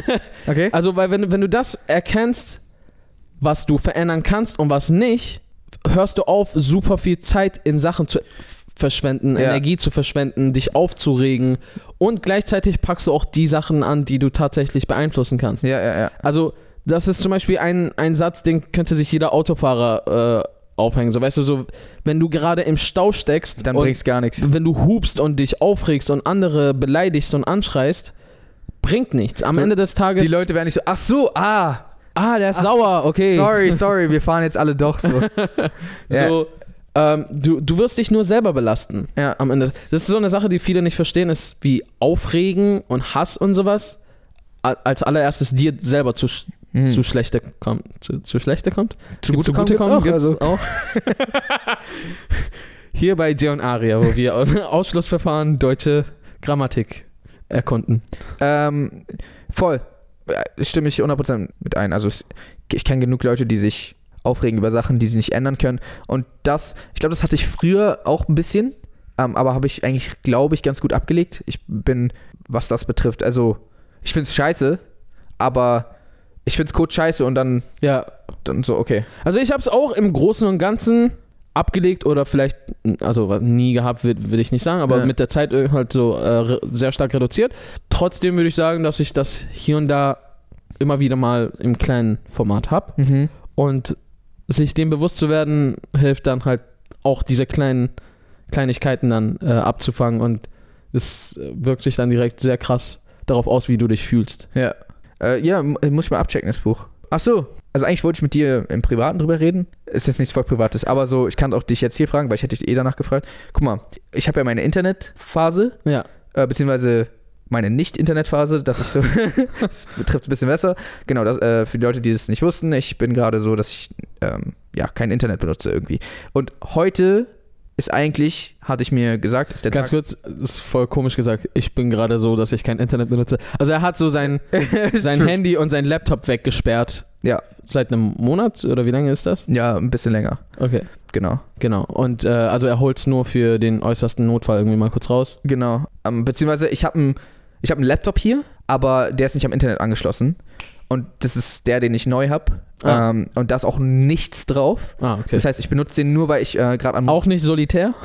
Speaker 1: [LAUGHS]
Speaker 2: [LAUGHS]
Speaker 1: okay.
Speaker 2: also weil wenn, du- wenn du das erkennst, was du verändern kannst und was nicht, hörst du auf, super viel Zeit in Sachen zu verschwenden,
Speaker 1: Ja.
Speaker 2: Energie zu verschwenden, dich aufzuregen und gleichzeitig packst du auch die Sachen an, die du tatsächlich beeinflussen kannst.
Speaker 1: Ja, ja, ja.
Speaker 2: Also, das ist zum Beispiel ein, ein Satz, den könnte sich jeder Autofahrer äh, aufhängen. So, weißt du, so, wenn du gerade im Stau steckst
Speaker 1: Dann
Speaker 2: und
Speaker 1: bringst gar nichts.
Speaker 2: wenn du hupst und dich aufregst und andere beleidigst und anschreist, bringt nichts. Am
Speaker 1: So,
Speaker 2: Ende des Tages.
Speaker 1: Die Leute werden nicht so, ach so, ah,
Speaker 2: ah, der ist
Speaker 1: Ach,
Speaker 2: sauer, okay.
Speaker 1: sorry, sorry, wir fahren jetzt alle doch
Speaker 2: [LAUGHS]
Speaker 1: so. ja.
Speaker 2: So, ähm, du, du wirst dich nur selber belasten.
Speaker 1: Ja.
Speaker 2: Am Ende. Das ist so eine Sache, die viele nicht verstehen, ist wie Aufregen und Hass und sowas a- als allererstes dir selber zu, sch-
Speaker 1: Mhm.
Speaker 2: zu schlechte kommt. Zu, zu schlechte kommt?
Speaker 1: Gibt's
Speaker 2: Zugute
Speaker 1: Gute
Speaker 2: kommen
Speaker 1: gibt's
Speaker 2: gibt's auch. Hier bei Jay und Aria, wo wir im [LAUGHS] Ausschlussverfahren deutsche Grammatik erkunden.
Speaker 1: Ähm, voll. Äh, Stimme ich 100% mit ein. Also es- ich kenne genug Leute, die sich aufregen über Sachen, die sie nicht ändern können. Und das, ich glaube, das hatte ich früher auch ein bisschen, ähm, aber habe ich eigentlich, glaube ich, ganz gut abgelegt. Ich bin, was das betrifft, also ich finde es scheiße, aber ich finde es kurz scheiße und dann,
Speaker 2: Ja,
Speaker 1: dann so, okay.
Speaker 2: also ich habe es auch im Großen und Ganzen abgelegt oder vielleicht, also was nie gehabt wird, will ich nicht sagen, aber
Speaker 1: Ja.
Speaker 2: mit der Zeit halt so äh, re- sehr stark reduziert. Trotzdem würde ich sagen, dass ich das hier und da immer wieder mal im kleinen Format habe.
Speaker 1: Mhm.
Speaker 2: Und sich dem bewusst zu werden, hilft dann halt auch diese kleinen Kleinigkeiten dann äh, abzufangen und Es äh, wirkt sich dann direkt sehr krass darauf aus, wie du dich fühlst.
Speaker 1: Ja. Äh, ja, mu- äh, muss ich mal abchecken, das Buch. Ach so. Also eigentlich wollte ich mit dir im Privaten drüber reden. Ist jetzt nichts voll Privates, aber so, ich kann auch dich jetzt hier fragen, weil ich hätte dich eh danach gefragt. Guck mal, ich habe ja meine Internetphase,
Speaker 2: Ja.
Speaker 1: äh, beziehungsweise meine Nicht-Internetphase, dass
Speaker 2: [LAUGHS]
Speaker 1: ich so, das trifft ein bisschen besser. Genau, das, äh, für die Leute, die es nicht wussten, ich bin gerade so, dass ich, ähm, ja, kein Internet benutze irgendwie. Und heute ist eigentlich, hatte ich mir gesagt, ist der
Speaker 2: Ganz
Speaker 1: Tag...
Speaker 2: kurz, ist voll komisch gesagt. Ich bin gerade so, dass ich kein Internet benutze. Also er hat so sein, sein
Speaker 1: True.
Speaker 2: Handy und sein Laptop weggesperrt.
Speaker 1: Ja.
Speaker 2: Seit einem Monat oder wie lange ist das?
Speaker 1: [LAUGHS] Ja, ein bisschen länger,
Speaker 2: Okay.
Speaker 1: genau.
Speaker 2: Genau. Und äh, also er holt es nur für den äußersten Notfall irgendwie mal kurz raus.
Speaker 1: Genau. Ähm, beziehungsweise ich habe einen ich hab einen Laptop hier, aber der ist nicht am Internet angeschlossen. Und das ist der, den ich neu habe.
Speaker 2: Ah.
Speaker 1: Ähm, und da ist auch nichts drauf.
Speaker 2: Ah, okay.
Speaker 1: Das heißt, ich benutze den nur, weil ich äh, gerade am.
Speaker 2: auch
Speaker 1: [LAUGHS]
Speaker 2: nicht solitär?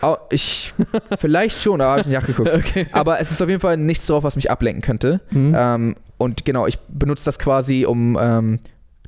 Speaker 1: Au- ich.
Speaker 2: [LAUGHS]
Speaker 1: vielleicht schon, aber habe ich nicht nachgeguckt.
Speaker 2: Okay.
Speaker 1: Aber es ist auf jeden Fall nichts drauf, was mich ablenken könnte.
Speaker 2: Hm.
Speaker 1: Ähm, und genau, ich benutze das quasi, um ähm,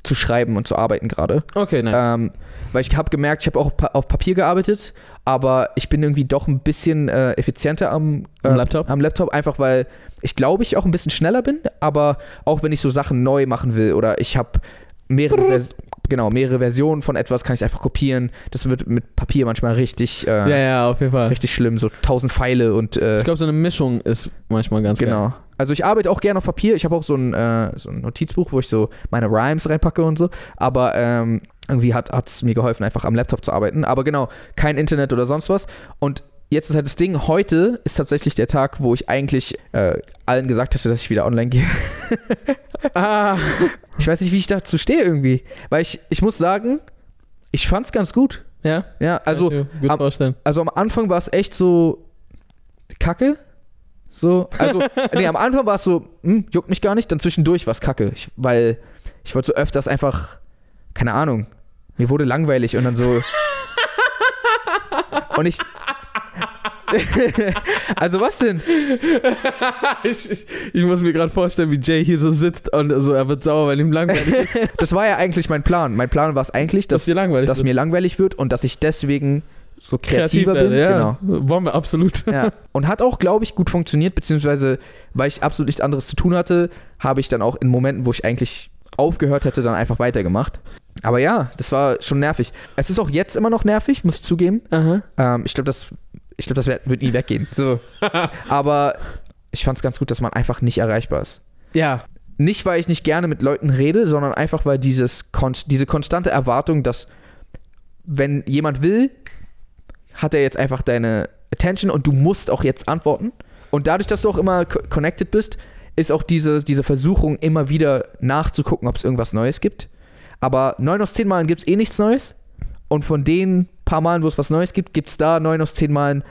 Speaker 1: zu schreiben und zu arbeiten gerade.
Speaker 2: Okay, nein.
Speaker 1: Ähm, weil ich habe gemerkt, ich habe auch auf, pa auf Papier gearbeitet, aber ich bin irgendwie doch ein bisschen äh, effizienter am, äh,
Speaker 2: Am Laptop?
Speaker 1: Am Laptop, einfach weil ich glaube, ich auch ein bisschen schneller bin, aber auch wenn ich so Sachen neu machen will oder ich habe mehrere, Vers genau, mehrere Versionen von etwas, kann ich einfach kopieren. Das wird mit Papier manchmal richtig, äh,
Speaker 2: ja, ja, auf jeden Fall.
Speaker 1: richtig schlimm, so tausend Pfeile und äh,
Speaker 2: Ich glaube, so eine Mischung ist manchmal ganz geil.
Speaker 1: Genau. Also ich arbeite auch gerne auf Papier. Ich habe auch so ein, äh, so ein Notizbuch, wo ich so meine Rhymes reinpacke und so. Aber ähm, irgendwie hat es mir geholfen, einfach am Laptop zu arbeiten. Aber genau, kein Internet oder sonst was. Und jetzt ist halt das Ding, heute ist tatsächlich der Tag, wo ich eigentlich äh, allen gesagt hätte, dass ich wieder online gehe. [LAUGHS]
Speaker 2: Ah,
Speaker 1: Ich weiß nicht, wie ich dazu stehe irgendwie. Weil ich, ich muss sagen, ich fand's ganz gut.
Speaker 2: ja.
Speaker 1: Ja, also
Speaker 2: Kann ich mir gut
Speaker 1: am-
Speaker 2: vorstellen.
Speaker 1: also am Anfang war es echt so kacke. So,
Speaker 2: [LAUGHS]
Speaker 1: also, nee, am Anfang war es so, hm, juckt mich gar nicht, dann zwischendurch war es kacke. Ich, weil ich wollte so öfters einfach, keine Ahnung, mir wurde langweilig und dann
Speaker 2: [LAUGHS]
Speaker 1: so. und ich. [LAUGHS] also, was denn?
Speaker 2: [LAUGHS] ich, ich, ich muss mir gerade vorstellen, wie Jay hier so sitzt und so, er wird sauer, weil ihm [LAUGHS] langweilig ist,
Speaker 1: Das war ja eigentlich mein Plan. Mein Plan war es eigentlich,
Speaker 2: dass
Speaker 1: dass,
Speaker 2: dir langweilig
Speaker 1: dass
Speaker 2: wird.
Speaker 1: mir langweilig wird und dass ich deswegen so kreativer
Speaker 2: werde,
Speaker 1: bin. Genau.
Speaker 2: Ja. Wollen wir absolut.
Speaker 1: Ja. Und hat auch, glaube ich, gut funktioniert, beziehungsweise weil ich absolut nichts anderes zu tun hatte, habe ich dann auch in Momenten, wo ich eigentlich aufgehört hätte, dann einfach weitergemacht. Aber ja, das war schon nervig. Es ist auch jetzt immer noch nervig, muss ich zugeben.
Speaker 2: Aha.
Speaker 1: Ähm, ich glaube, das, ich glaub, das wär- wird nie weggehen. So. Aber ich fand es ganz gut, dass man einfach nicht erreichbar ist.
Speaker 2: Ja.
Speaker 1: Nicht, weil ich nicht gerne mit Leuten rede, sondern einfach, weil dieses konst diese konstante Erwartung, dass wenn jemand will, hat er jetzt einfach deine Attention und du musst auch jetzt antworten. Und dadurch, dass du auch immer co- connected bist, ist auch diese, diese Versuchung, immer wieder nachzugucken, ob es irgendwas Neues gibt. Aber 9 aus 10 Malen gibt es eh nichts Neues. Und von den paar Malen, wo es was Neues gibt, gibt es da 9 aus 10 Malen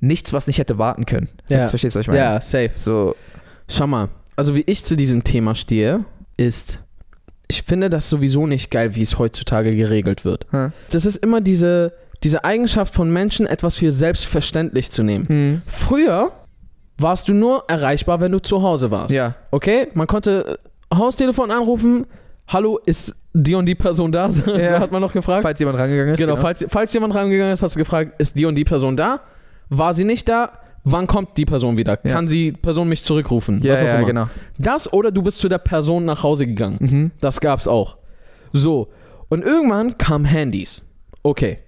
Speaker 1: nichts, was nicht hätte warten können.
Speaker 2: Ja.
Speaker 1: Jetzt verstehst du, was ich meine.
Speaker 2: Ja, safe.
Speaker 1: So,
Speaker 2: Schau mal, also wie ich zu diesem Thema stehe, ist, ich finde das sowieso nicht geil, wie es heutzutage geregelt wird.
Speaker 1: hm.
Speaker 2: Das ist immer diese, diese Eigenschaft von Menschen, etwas für selbstverständlich zu nehmen.
Speaker 1: Hm.
Speaker 2: Früher warst du nur erreichbar, wenn du zu Hause warst.
Speaker 1: Ja.
Speaker 2: Okay, man konnte äh, Haustelefon anrufen. Hallo, ist die und die Person da? [LAUGHS] So
Speaker 1: Ja.
Speaker 2: hat man noch gefragt.
Speaker 1: Falls jemand rangegangen ist.
Speaker 2: genau, Falls, falls jemand rangegangen ist, hast du gefragt, ist die und die Person da? War sie nicht da? Wann kommt die Person wieder?
Speaker 1: Ja.
Speaker 2: Kann die Person mich zurückrufen?
Speaker 1: Ja,
Speaker 2: Was auch
Speaker 1: ja,
Speaker 2: immer.
Speaker 1: genau.
Speaker 2: Das oder du bist zu der Person nach Hause gegangen.
Speaker 1: Mhm.
Speaker 2: Das gab's auch. So. Und irgendwann kamen Handys. Okay.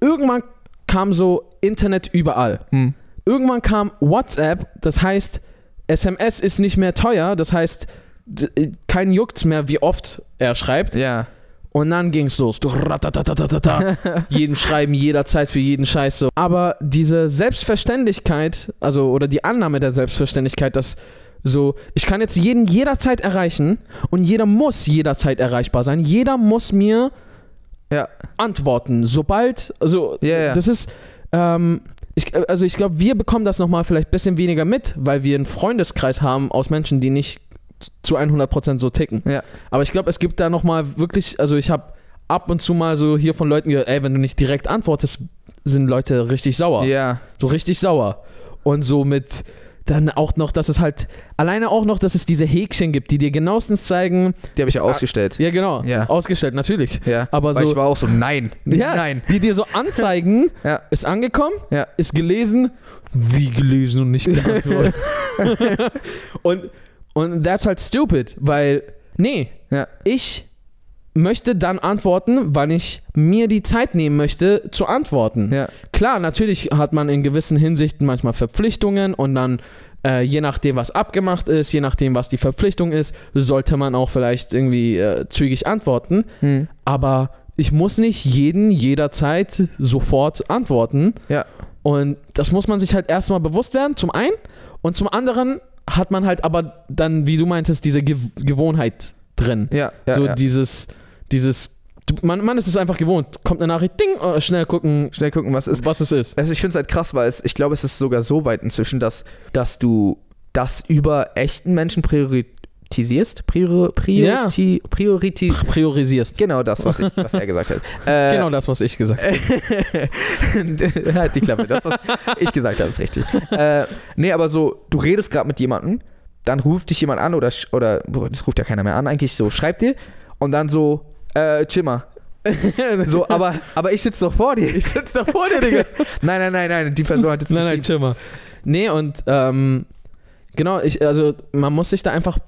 Speaker 2: Irgendwann kam so Internet überall.
Speaker 1: Hm.
Speaker 2: Irgendwann kam WhatsApp, das heißt, SMS ist nicht mehr teuer, das heißt, d- äh, kein juckt's mehr, wie oft er schreibt.
Speaker 1: Ja.
Speaker 2: Und dann ging's los.
Speaker 1: [LAUGHS]
Speaker 2: Du ratatatatata. Jeden schreiben, jederzeit für jeden Scheiß so. Aber diese Selbstverständlichkeit, also oder die Annahme der Selbstverständlichkeit, dass so, ich kann jetzt jeden jederzeit erreichen und jeder muss jederzeit erreichbar sein. Jeder muss mir
Speaker 1: Ja.
Speaker 2: antworten, sobald, also
Speaker 1: Ja, ja.
Speaker 2: das ist, ähm, ich, also ich glaube, wir bekommen das nochmal vielleicht ein bisschen weniger mit, weil wir einen Freundeskreis haben aus Menschen, die nicht zu 100% so ticken.
Speaker 1: Ja.
Speaker 2: Aber ich glaube, es gibt da nochmal wirklich, also ich habe ab und zu mal so hier von Leuten gehört, ey, wenn du nicht direkt antwortest, sind Leute richtig sauer.
Speaker 1: Ja.
Speaker 2: So richtig sauer. Und so mit Dann auch noch, dass es halt, alleine auch noch, dass es diese Häkchen gibt, die dir genauestens zeigen.
Speaker 1: Die habe ich ja
Speaker 2: Ah.
Speaker 1: ausgestellt.
Speaker 2: Ja, genau.
Speaker 1: Ja.
Speaker 2: Ausgestellt, natürlich.
Speaker 1: Ja,
Speaker 2: Aber
Speaker 1: weil
Speaker 2: so-
Speaker 1: ich war auch so, nein,
Speaker 2: Ja,
Speaker 1: nein.
Speaker 2: Die
Speaker 1: [LAUGHS]
Speaker 2: dir so anzeigen,
Speaker 1: Ja.
Speaker 2: ist angekommen,
Speaker 1: Ja.
Speaker 2: ist gelesen, wie gelesen und
Speaker 1: [LAUGHS]
Speaker 2: nicht geantwortet. und, und that's halt stupid, weil, nee,
Speaker 1: Ja.
Speaker 2: ich möchte dann antworten, wann ich mir die Zeit nehmen möchte, zu antworten.
Speaker 1: Ja.
Speaker 2: Klar, natürlich hat man in gewissen Hinsichten manchmal Verpflichtungen und dann, äh, je nachdem, was abgemacht ist, je nachdem, was die Verpflichtung ist, sollte man auch vielleicht irgendwie äh, zügig antworten.
Speaker 1: Hm.
Speaker 2: Aber ich muss nicht jeden jederzeit sofort antworten.
Speaker 1: Ja.
Speaker 2: Und das muss man sich halt erstmal bewusst werden, zum einen. Und zum anderen hat man halt aber dann, wie du meintest, diese Gew Gewohnheit drin.
Speaker 1: Ja, ja,
Speaker 2: so
Speaker 1: ja.
Speaker 2: dieses, dieses, man, man ist es einfach gewohnt. Kommt eine Nachricht, ding, äh, schnell gucken,
Speaker 1: Schnell gucken, was ist.
Speaker 2: was es ist.
Speaker 1: Also ich finde es halt krass, weil es, ich glaube, es ist sogar so weit inzwischen, dass, dass du das über echten Menschen priorisierst. Priori,
Speaker 2: Ja.
Speaker 1: prioriti, prioriti,
Speaker 2: Priorisierst.
Speaker 1: Genau das, was, ich, was er gesagt hat. Äh,
Speaker 2: Genau das, was ich gesagt
Speaker 1: [LAUGHS]
Speaker 2: habe.
Speaker 1: halt die Klappe. Das, was ich gesagt habe, ist richtig. Äh, nee, aber so, du redest gerade mit jemandem, dann ruft dich jemand an oder, sch- oder boah, das ruft ja keiner mehr an, eigentlich so, schreibt dir und dann so, äh, chill
Speaker 2: [LAUGHS]
Speaker 1: mal. So, aber, aber ich sitze doch vor dir.
Speaker 2: Ich sitze da vor dir, Digga.
Speaker 1: Nein, nein, nein, nein, die Person hat jetzt
Speaker 2: Nein, nein,
Speaker 1: geschrieben.
Speaker 2: chill mal. Nee, und ähm, genau, ich, also man muss sich da einfach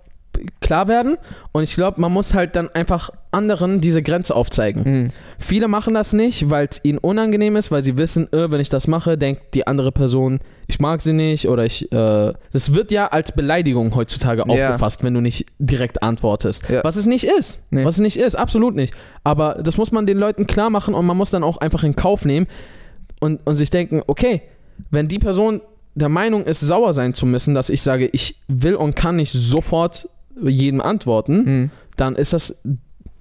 Speaker 2: klar werden und ich glaube, man muss halt dann einfach anderen diese Grenze aufzeigen.
Speaker 1: Mhm.
Speaker 2: Viele machen das nicht, weil es ihnen unangenehm ist, weil sie wissen, äh, wenn ich das mache, denkt die andere Person, ich mag sie nicht oder ich. Äh, das wird ja als Beleidigung heutzutage
Speaker 1: Ja.
Speaker 2: aufgefasst, wenn du nicht direkt antwortest.
Speaker 1: Ja.
Speaker 2: Was es nicht ist.
Speaker 1: Nee.
Speaker 2: Was es nicht ist, absolut nicht. Aber das muss man den Leuten klar machen und man muss dann auch einfach in Kauf nehmen und, und sich denken, okay, wenn die Person der Meinung ist, sauer sein zu müssen, dass ich sage, ich will und kann nicht sofort jedem antworten,
Speaker 1: Mhm.
Speaker 2: dann ist das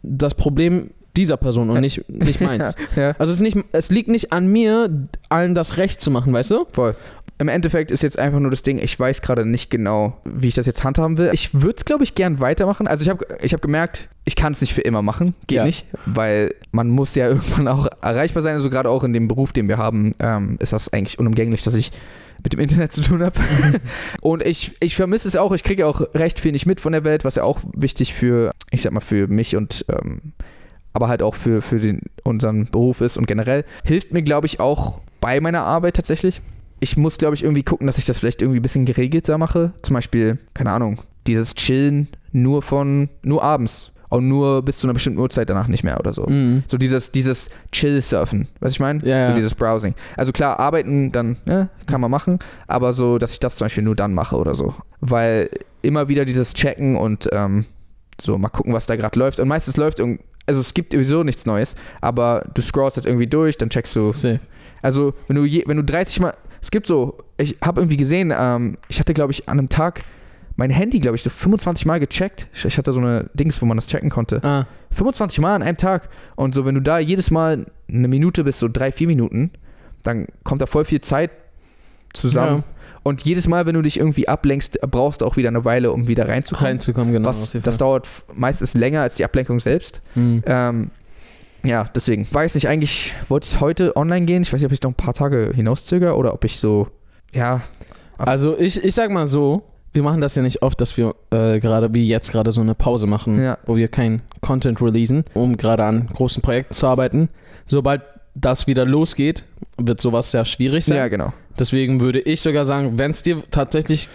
Speaker 2: das Problem dieser Person und
Speaker 1: [LAUGHS]
Speaker 2: nicht, nicht meins.
Speaker 1: Ja, ja.
Speaker 2: Also es, ist nicht, es liegt nicht an mir, allen das recht zu machen, weißt du?
Speaker 1: Voll. Im Endeffekt ist jetzt einfach nur das Ding, ich weiß gerade nicht genau, wie ich das jetzt handhaben will. Ich würde es, glaube ich, gern weitermachen. Also ich habe ich hab gemerkt, ich kann es nicht für immer machen. Geht
Speaker 2: Ja.
Speaker 1: nicht. Weil man muss ja [LAUGHS] irgendwann auch erreichbar sein. Also gerade auch in dem Beruf, den wir haben, ähm, ist das eigentlich unumgänglich, dass ich mit dem Internet zu tun habe. Und ich, ich vermisse es auch. Ich kriege auch recht viel nicht mit von der Welt, was ja auch wichtig für, ich sag mal, für mich und ähm, aber halt auch für, für den, unseren Beruf ist und generell. Hilft mir, glaube ich, auch bei meiner Arbeit tatsächlich. Ich muss, glaube ich, irgendwie gucken, dass ich das vielleicht irgendwie ein bisschen geregelter mache. Zum Beispiel, keine Ahnung, dieses Chillen nur von, nur abends und nur bis zu einer bestimmten Uhrzeit danach nicht mehr oder so.
Speaker 2: Mhm.
Speaker 1: So dieses, dieses Chill-Surfen, was ich meine?
Speaker 2: Ja,
Speaker 1: so
Speaker 2: ja.
Speaker 1: dieses Browsing. Also klar, arbeiten dann ne, kann man machen, aber so, dass ich das zum Beispiel nur dann mache oder so. Weil immer wieder dieses Checken und ähm, so mal gucken, was da gerade läuft. Und meistens läuft irgend also es gibt sowieso nichts Neues, aber du scrollst jetzt irgendwie durch, dann checkst du.
Speaker 2: Safe.
Speaker 1: Also wenn du je, wenn du 30 Mal, es gibt so, ich habe irgendwie gesehen, ähm, ich hatte glaube ich an einem Tag mein Handy glaube ich so 25 Mal gecheckt. Ich, ich hatte so eine Dings, wo man das checken konnte.
Speaker 2: Ah,
Speaker 1: 25 Mal an einem Tag. Und so, wenn du da jedes Mal eine Minute bis so drei, vier Minuten, dann kommt da voll viel Zeit zusammen. Und jedes Mal, wenn du dich irgendwie ablenkst, brauchst du auch wieder eine Weile, um wieder reinzukommen.
Speaker 2: reinzukommen, genau.
Speaker 1: Was, das dauert f- meistens länger als die Ablenkung selbst.
Speaker 2: mhm.
Speaker 1: Ähm, ja, deswegen. Weiß nicht, eigentlich wollte ich heute online gehen. Ich weiß nicht, ob ich noch ein paar Tage hinauszögere oder ob ich so, ja,
Speaker 2: Also ich, ich sag mal so, wir machen das ja nicht oft, dass wir äh, gerade wie jetzt gerade so eine Pause machen,
Speaker 1: Ja.
Speaker 2: wo wir keinen Content releasen, um gerade an großen Projekten zu arbeiten. Sobald das wieder losgeht, wird sowas sehr schwierig sein.
Speaker 1: ja, genau.
Speaker 2: Deswegen würde ich sogar sagen, wenn es dir tatsächlich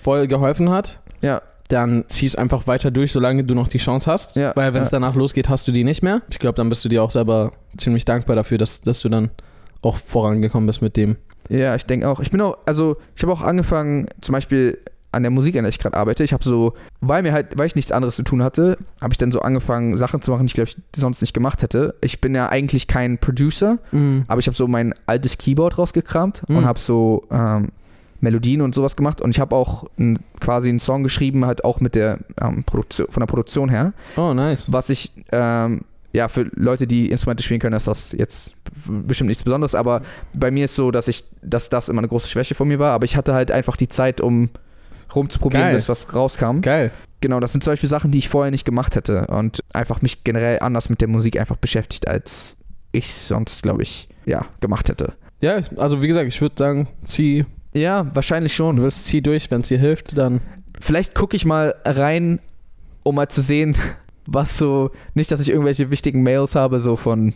Speaker 2: voll geholfen hat,
Speaker 1: Ja.
Speaker 2: dann zieh es einfach weiter durch, solange du noch die Chance hast.
Speaker 1: Ja,
Speaker 2: Weil wenn es
Speaker 1: ja.
Speaker 2: danach losgeht, hast du die nicht mehr. Ich glaube, dann bist du dir auch selber ziemlich dankbar dafür, dass, dass du dann auch vorangekommen bist mit dem.
Speaker 1: Ja, ich denke auch. Ich bin auch, also ich habe auch angefangen, zum Beispiel an der Musik, an der ich gerade arbeite. Ich habe so, weil mir halt, weil ich nichts anderes zu tun hatte, habe ich dann so angefangen, Sachen zu machen, die ich glaube ich sonst nicht gemacht hätte. Ich bin ja eigentlich kein Producer, aber ich habe so mein altes Keyboard rausgekramt
Speaker 2: Mhm.
Speaker 1: und habe so ähm, Melodien und sowas gemacht. Und ich habe auch n, quasi einen Song geschrieben, halt auch mit der ähm, Produktion, von der Produktion her.
Speaker 2: Oh, nice.
Speaker 1: Was ich, ähm, ja, für Leute, die Instrumente spielen können, ist das jetzt bestimmt nichts Besonderes, aber bei mir ist so, dass ich, dass das immer eine große Schwäche von mir war, aber ich hatte halt einfach die Zeit, um rumzuprobieren,
Speaker 2: Geil.
Speaker 1: bis was rauskam.
Speaker 2: Geil.
Speaker 1: Genau, das sind zum Beispiel Sachen, die ich vorher nicht gemacht hätte und einfach mich generell anders mit der Musik einfach beschäftigt, als ich sonst, glaube ich, ja, gemacht hätte.
Speaker 2: Ja, also wie gesagt, ich würde sagen, zieh
Speaker 1: Ja, wahrscheinlich
Speaker 2: Du
Speaker 1: schon.
Speaker 2: wirst zieh durch, wenn es dir hilft, dann.
Speaker 1: Vielleicht gucke ich mal rein, um mal zu sehen, [LAUGHS] was so. Nicht, dass ich irgendwelche wichtigen Mails habe, so von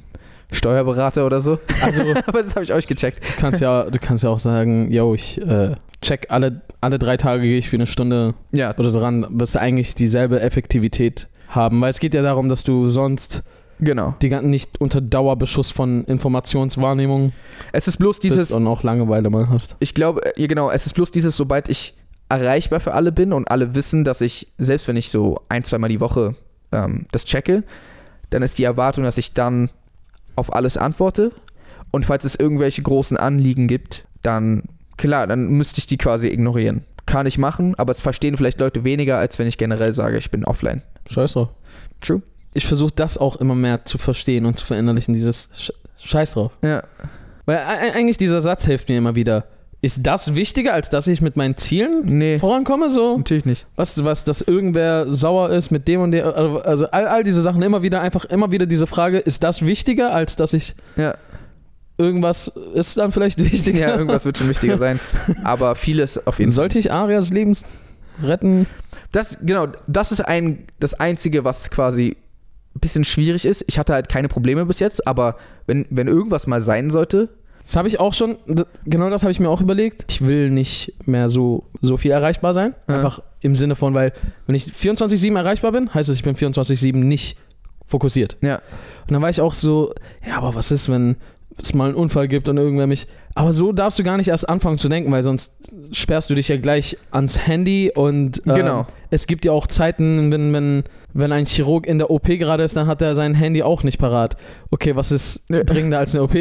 Speaker 1: Steuerberater oder so.
Speaker 2: Also du
Speaker 1: [LAUGHS] Aber das habe ich euch gecheckt.
Speaker 2: kannst ja, du kannst ja auch sagen, yo, ich äh, check alle, alle drei Tage gehe ich für eine Stunde
Speaker 1: Ja,
Speaker 2: oder so ran, wirst du eigentlich dieselbe Effektivität haben. Weil es geht ja darum, dass du sonst
Speaker 1: genau.
Speaker 2: die ganzen nicht unter Dauerbeschuss von Informationswahrnehmung
Speaker 1: Es ist bloß
Speaker 2: bist
Speaker 1: dieses.
Speaker 2: und auch Langeweile mal hast.
Speaker 1: Ich glaube, äh, ja genau, es ist bloß dieses, sobald ich erreichbar für alle bin und alle wissen, dass ich, selbst wenn ich so ein, zweimal die Woche ähm, das checke, dann ist die Erwartung, dass ich dann auf alles antworte. Und falls es irgendwelche großen Anliegen gibt, dann, klar, dann müsste ich die quasi ignorieren. Kann ich machen, aber es verstehen vielleicht Leute weniger, als wenn ich generell sage, ich bin offline.
Speaker 2: Scheiß drauf.
Speaker 1: True.
Speaker 2: Ich versuche das auch immer mehr zu verstehen und zu verinnerlichen, dieses Sch Scheiß drauf.
Speaker 1: Ja.
Speaker 2: Weil e- e- eigentlich dieser Satz hilft mir immer wieder. Ist das wichtiger, als dass ich mit meinen Zielen
Speaker 1: Nee,
Speaker 2: vorankomme? So,
Speaker 1: natürlich nicht.
Speaker 2: was, was, dass irgendwer sauer ist mit dem und dem. Also all, all diese Sachen immer wieder, einfach immer wieder diese Frage, ist das wichtiger, als dass ich
Speaker 1: Ja. [LAUGHS]
Speaker 2: irgendwas ist dann vielleicht [LAUGHS] wichtiger?
Speaker 1: Ja, irgendwas wird schon wichtiger sein. Aber vieles auf jeden Fall.
Speaker 2: Sollte ich Arias Lebens retten?
Speaker 1: Das, genau, das ist ein, das Einzige, was quasi ein bisschen schwierig ist. Ich hatte halt keine Probleme bis jetzt, aber wenn, wenn irgendwas mal sein sollte,
Speaker 2: Das habe ich auch schon, d- genau das habe ich mir auch überlegt. Ich will nicht mehr so, so viel erreichbar sein.
Speaker 1: Ja.
Speaker 2: Einfach im Sinne von, weil wenn ich 24-7 erreichbar bin, heißt es, ich bin 24-7 nicht fokussiert.
Speaker 1: Ja.
Speaker 2: Und dann war ich auch so, ja, aber was ist, wenn es mal einen Unfall gibt und irgendwer mich. Aber so darfst du gar nicht erst anfangen zu denken, weil sonst sperrst du dich ja gleich ans Handy und ähm,
Speaker 1: Genau.
Speaker 2: es gibt ja auch Zeiten, wenn, wenn, wenn ein Chirurg in der OP gerade ist, dann hat er sein Handy auch nicht parat. Okay, was ist
Speaker 1: Ja.
Speaker 2: dringender als eine OP?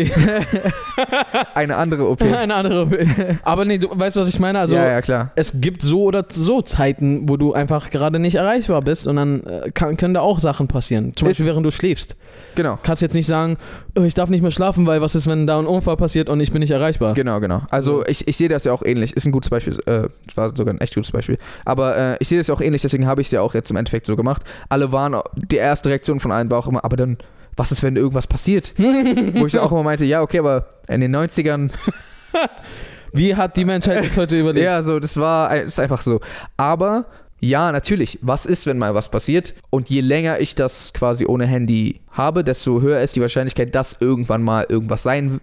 Speaker 2: [LAUGHS]
Speaker 1: eine andere OP.
Speaker 2: Eine andere. Aber nee, du weißt, was ich meine? [LAUGHS] Also,
Speaker 1: ja, ja, klar.
Speaker 2: es gibt so oder so Zeiten, wo du einfach gerade nicht erreichbar bist und dann äh, kann, können da auch Sachen passieren. Zum
Speaker 1: Ist-
Speaker 2: Beispiel, während du schläfst.
Speaker 1: Genau,
Speaker 2: Kannst jetzt nicht sagen, "Oh, ich darf nicht mehr schlafen, weil was ist, wenn da ein Unfall passiert und ich bin nicht erreichbar?
Speaker 1: genau, genau. Also
Speaker 2: Ja.
Speaker 1: ich, ich sehe das ja auch ähnlich. Ist ein gutes Beispiel. Äh, war sogar ein echt gutes Beispiel. Aber äh, ich sehe das ja auch ähnlich, deswegen habe ich es ja auch jetzt im Endeffekt so gemacht. Alle waren, die erste Reaktion von allen war auch immer, aber dann, was ist, wenn irgendwas
Speaker 2: [LAUGHS]
Speaker 1: passiert? Wo ich dann auch immer meinte, ja, okay, aber in den 90ern
Speaker 2: Wie hat die Menschheit bis heute überlebt?
Speaker 1: Ja, so, das war das ist einfach so. Aber ja, natürlich, was ist, wenn mal was passiert? Und je länger ich das quasi ohne Handy habe, desto höher ist die Wahrscheinlichkeit, dass irgendwann mal irgendwas sein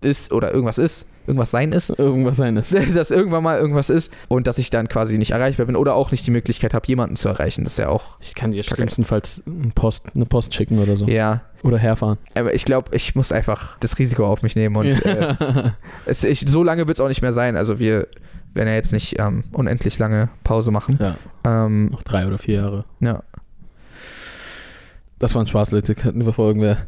Speaker 1: ist oder irgendwas ist, irgendwas sein ist. [LAUGHS]
Speaker 2: Irgendwas seines.
Speaker 1: Dass irgendwann mal irgendwas ist und dass ich dann quasi nicht erreichbar bin oder auch nicht die Möglichkeit habe, jemanden zu erreichen. Das ist ja auch,
Speaker 2: Ich kann dir
Speaker 1: Kacke.
Speaker 2: schlimmstenfalls einen Post, eine Post schicken oder so.
Speaker 1: ja.
Speaker 2: Oder herfahren.
Speaker 1: Aber ich glaube, ich muss einfach das Risiko auf mich nehmen und
Speaker 2: [LAUGHS]
Speaker 1: äh, es, ich, so lange wird es auch nicht mehr sein. Also wir werden ja jetzt nicht ähm, unendlich lange Pause machen.
Speaker 2: ja,
Speaker 1: Ähm,
Speaker 2: noch drei oder vier Jahre.
Speaker 1: ja.
Speaker 2: Das war ein Spaß, Leute. Könnten wir vor irgendwer.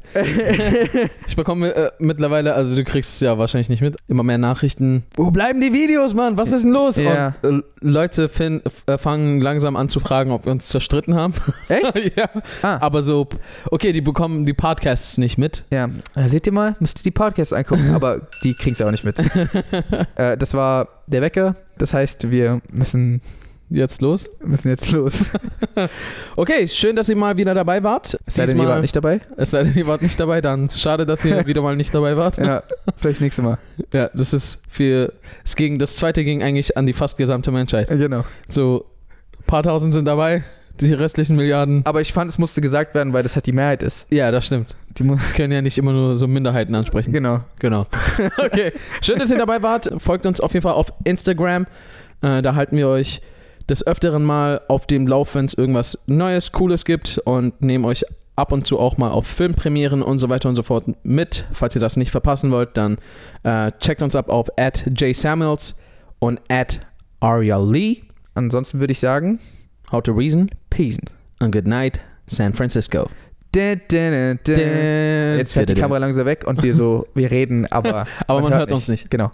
Speaker 2: ich bekomme äh, mittlerweile, also du kriegst ja wahrscheinlich nicht mit, immer mehr Nachrichten. Wo bleiben die Videos, Mann? Was ist denn los?
Speaker 1: Ja.
Speaker 2: Und äh, Leute fin äh, fangen langsam an zu fragen, ob wir uns zerstritten haben.
Speaker 1: Echt?
Speaker 2: [LAUGHS] ja.
Speaker 1: Ah.
Speaker 2: Aber so, okay, die bekommen die Podcasts
Speaker 1: [LAUGHS]
Speaker 2: nicht mit.
Speaker 1: Ja, äh, seht ihr mal, müsst ihr die Podcasts [LAUGHS] angucken, aber die kriegen es auch nicht mit. äh, das war der Wecker, das heißt, wir müssen,
Speaker 2: Jetzt los.
Speaker 1: müssen jetzt [LAUGHS] los.
Speaker 2: Okay, schön, dass ihr mal wieder dabei wart.
Speaker 1: Es sei denn, ihr
Speaker 2: Diesmal-
Speaker 1: wart nicht dabei?
Speaker 2: es sei denn, ihr wart nicht dabei, dann schade, dass ihr wieder mal nicht dabei wart.
Speaker 1: [LAUGHS] Ja, vielleicht nächstes Mal.
Speaker 2: Ja, das ist für. Es ging, das zweite ging eigentlich an die fast gesamte Menschheit.
Speaker 1: Genau.
Speaker 2: So, ein paar tausend sind dabei, die restlichen Milliarden.
Speaker 1: Aber ich fand, es musste gesagt werden, weil das halt die Mehrheit ist.
Speaker 2: Ja, das stimmt.
Speaker 1: Die mu-
Speaker 2: Wir können ja nicht immer nur so Minderheiten
Speaker 1: [LAUGHS]
Speaker 2: ansprechen.
Speaker 1: genau. [LAUGHS]
Speaker 2: Genau. Okay. Schön, dass ihr dabei wart. Folgt uns auf jeden Fall auf Instagram. Äh, da halten wir euch des Öfteren mal auf dem Lauf, wenn es irgendwas Neues, Cooles gibt und nehmen euch ab und zu auch mal auf Filmpremieren und so weiter und so fort mit. Falls ihr das nicht verpassen wollt, dann äh, checkt uns ab auf @jsamuels und @aria_lee.
Speaker 1: Ansonsten würde ich sagen,
Speaker 2: How to reason
Speaker 1: Peace.
Speaker 2: and good night, San Francisco.
Speaker 1: Dun, dun, dun, dun. Jetzt
Speaker 2: Jetzt
Speaker 1: fährt die Kamera langsam weg und wir [LAUGHS] so, wir reden, aber
Speaker 2: Aber man hört uns nicht.
Speaker 1: Genau.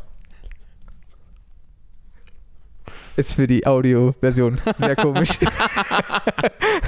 Speaker 1: [LAUGHS] Ist für die Audioversion sehr komisch.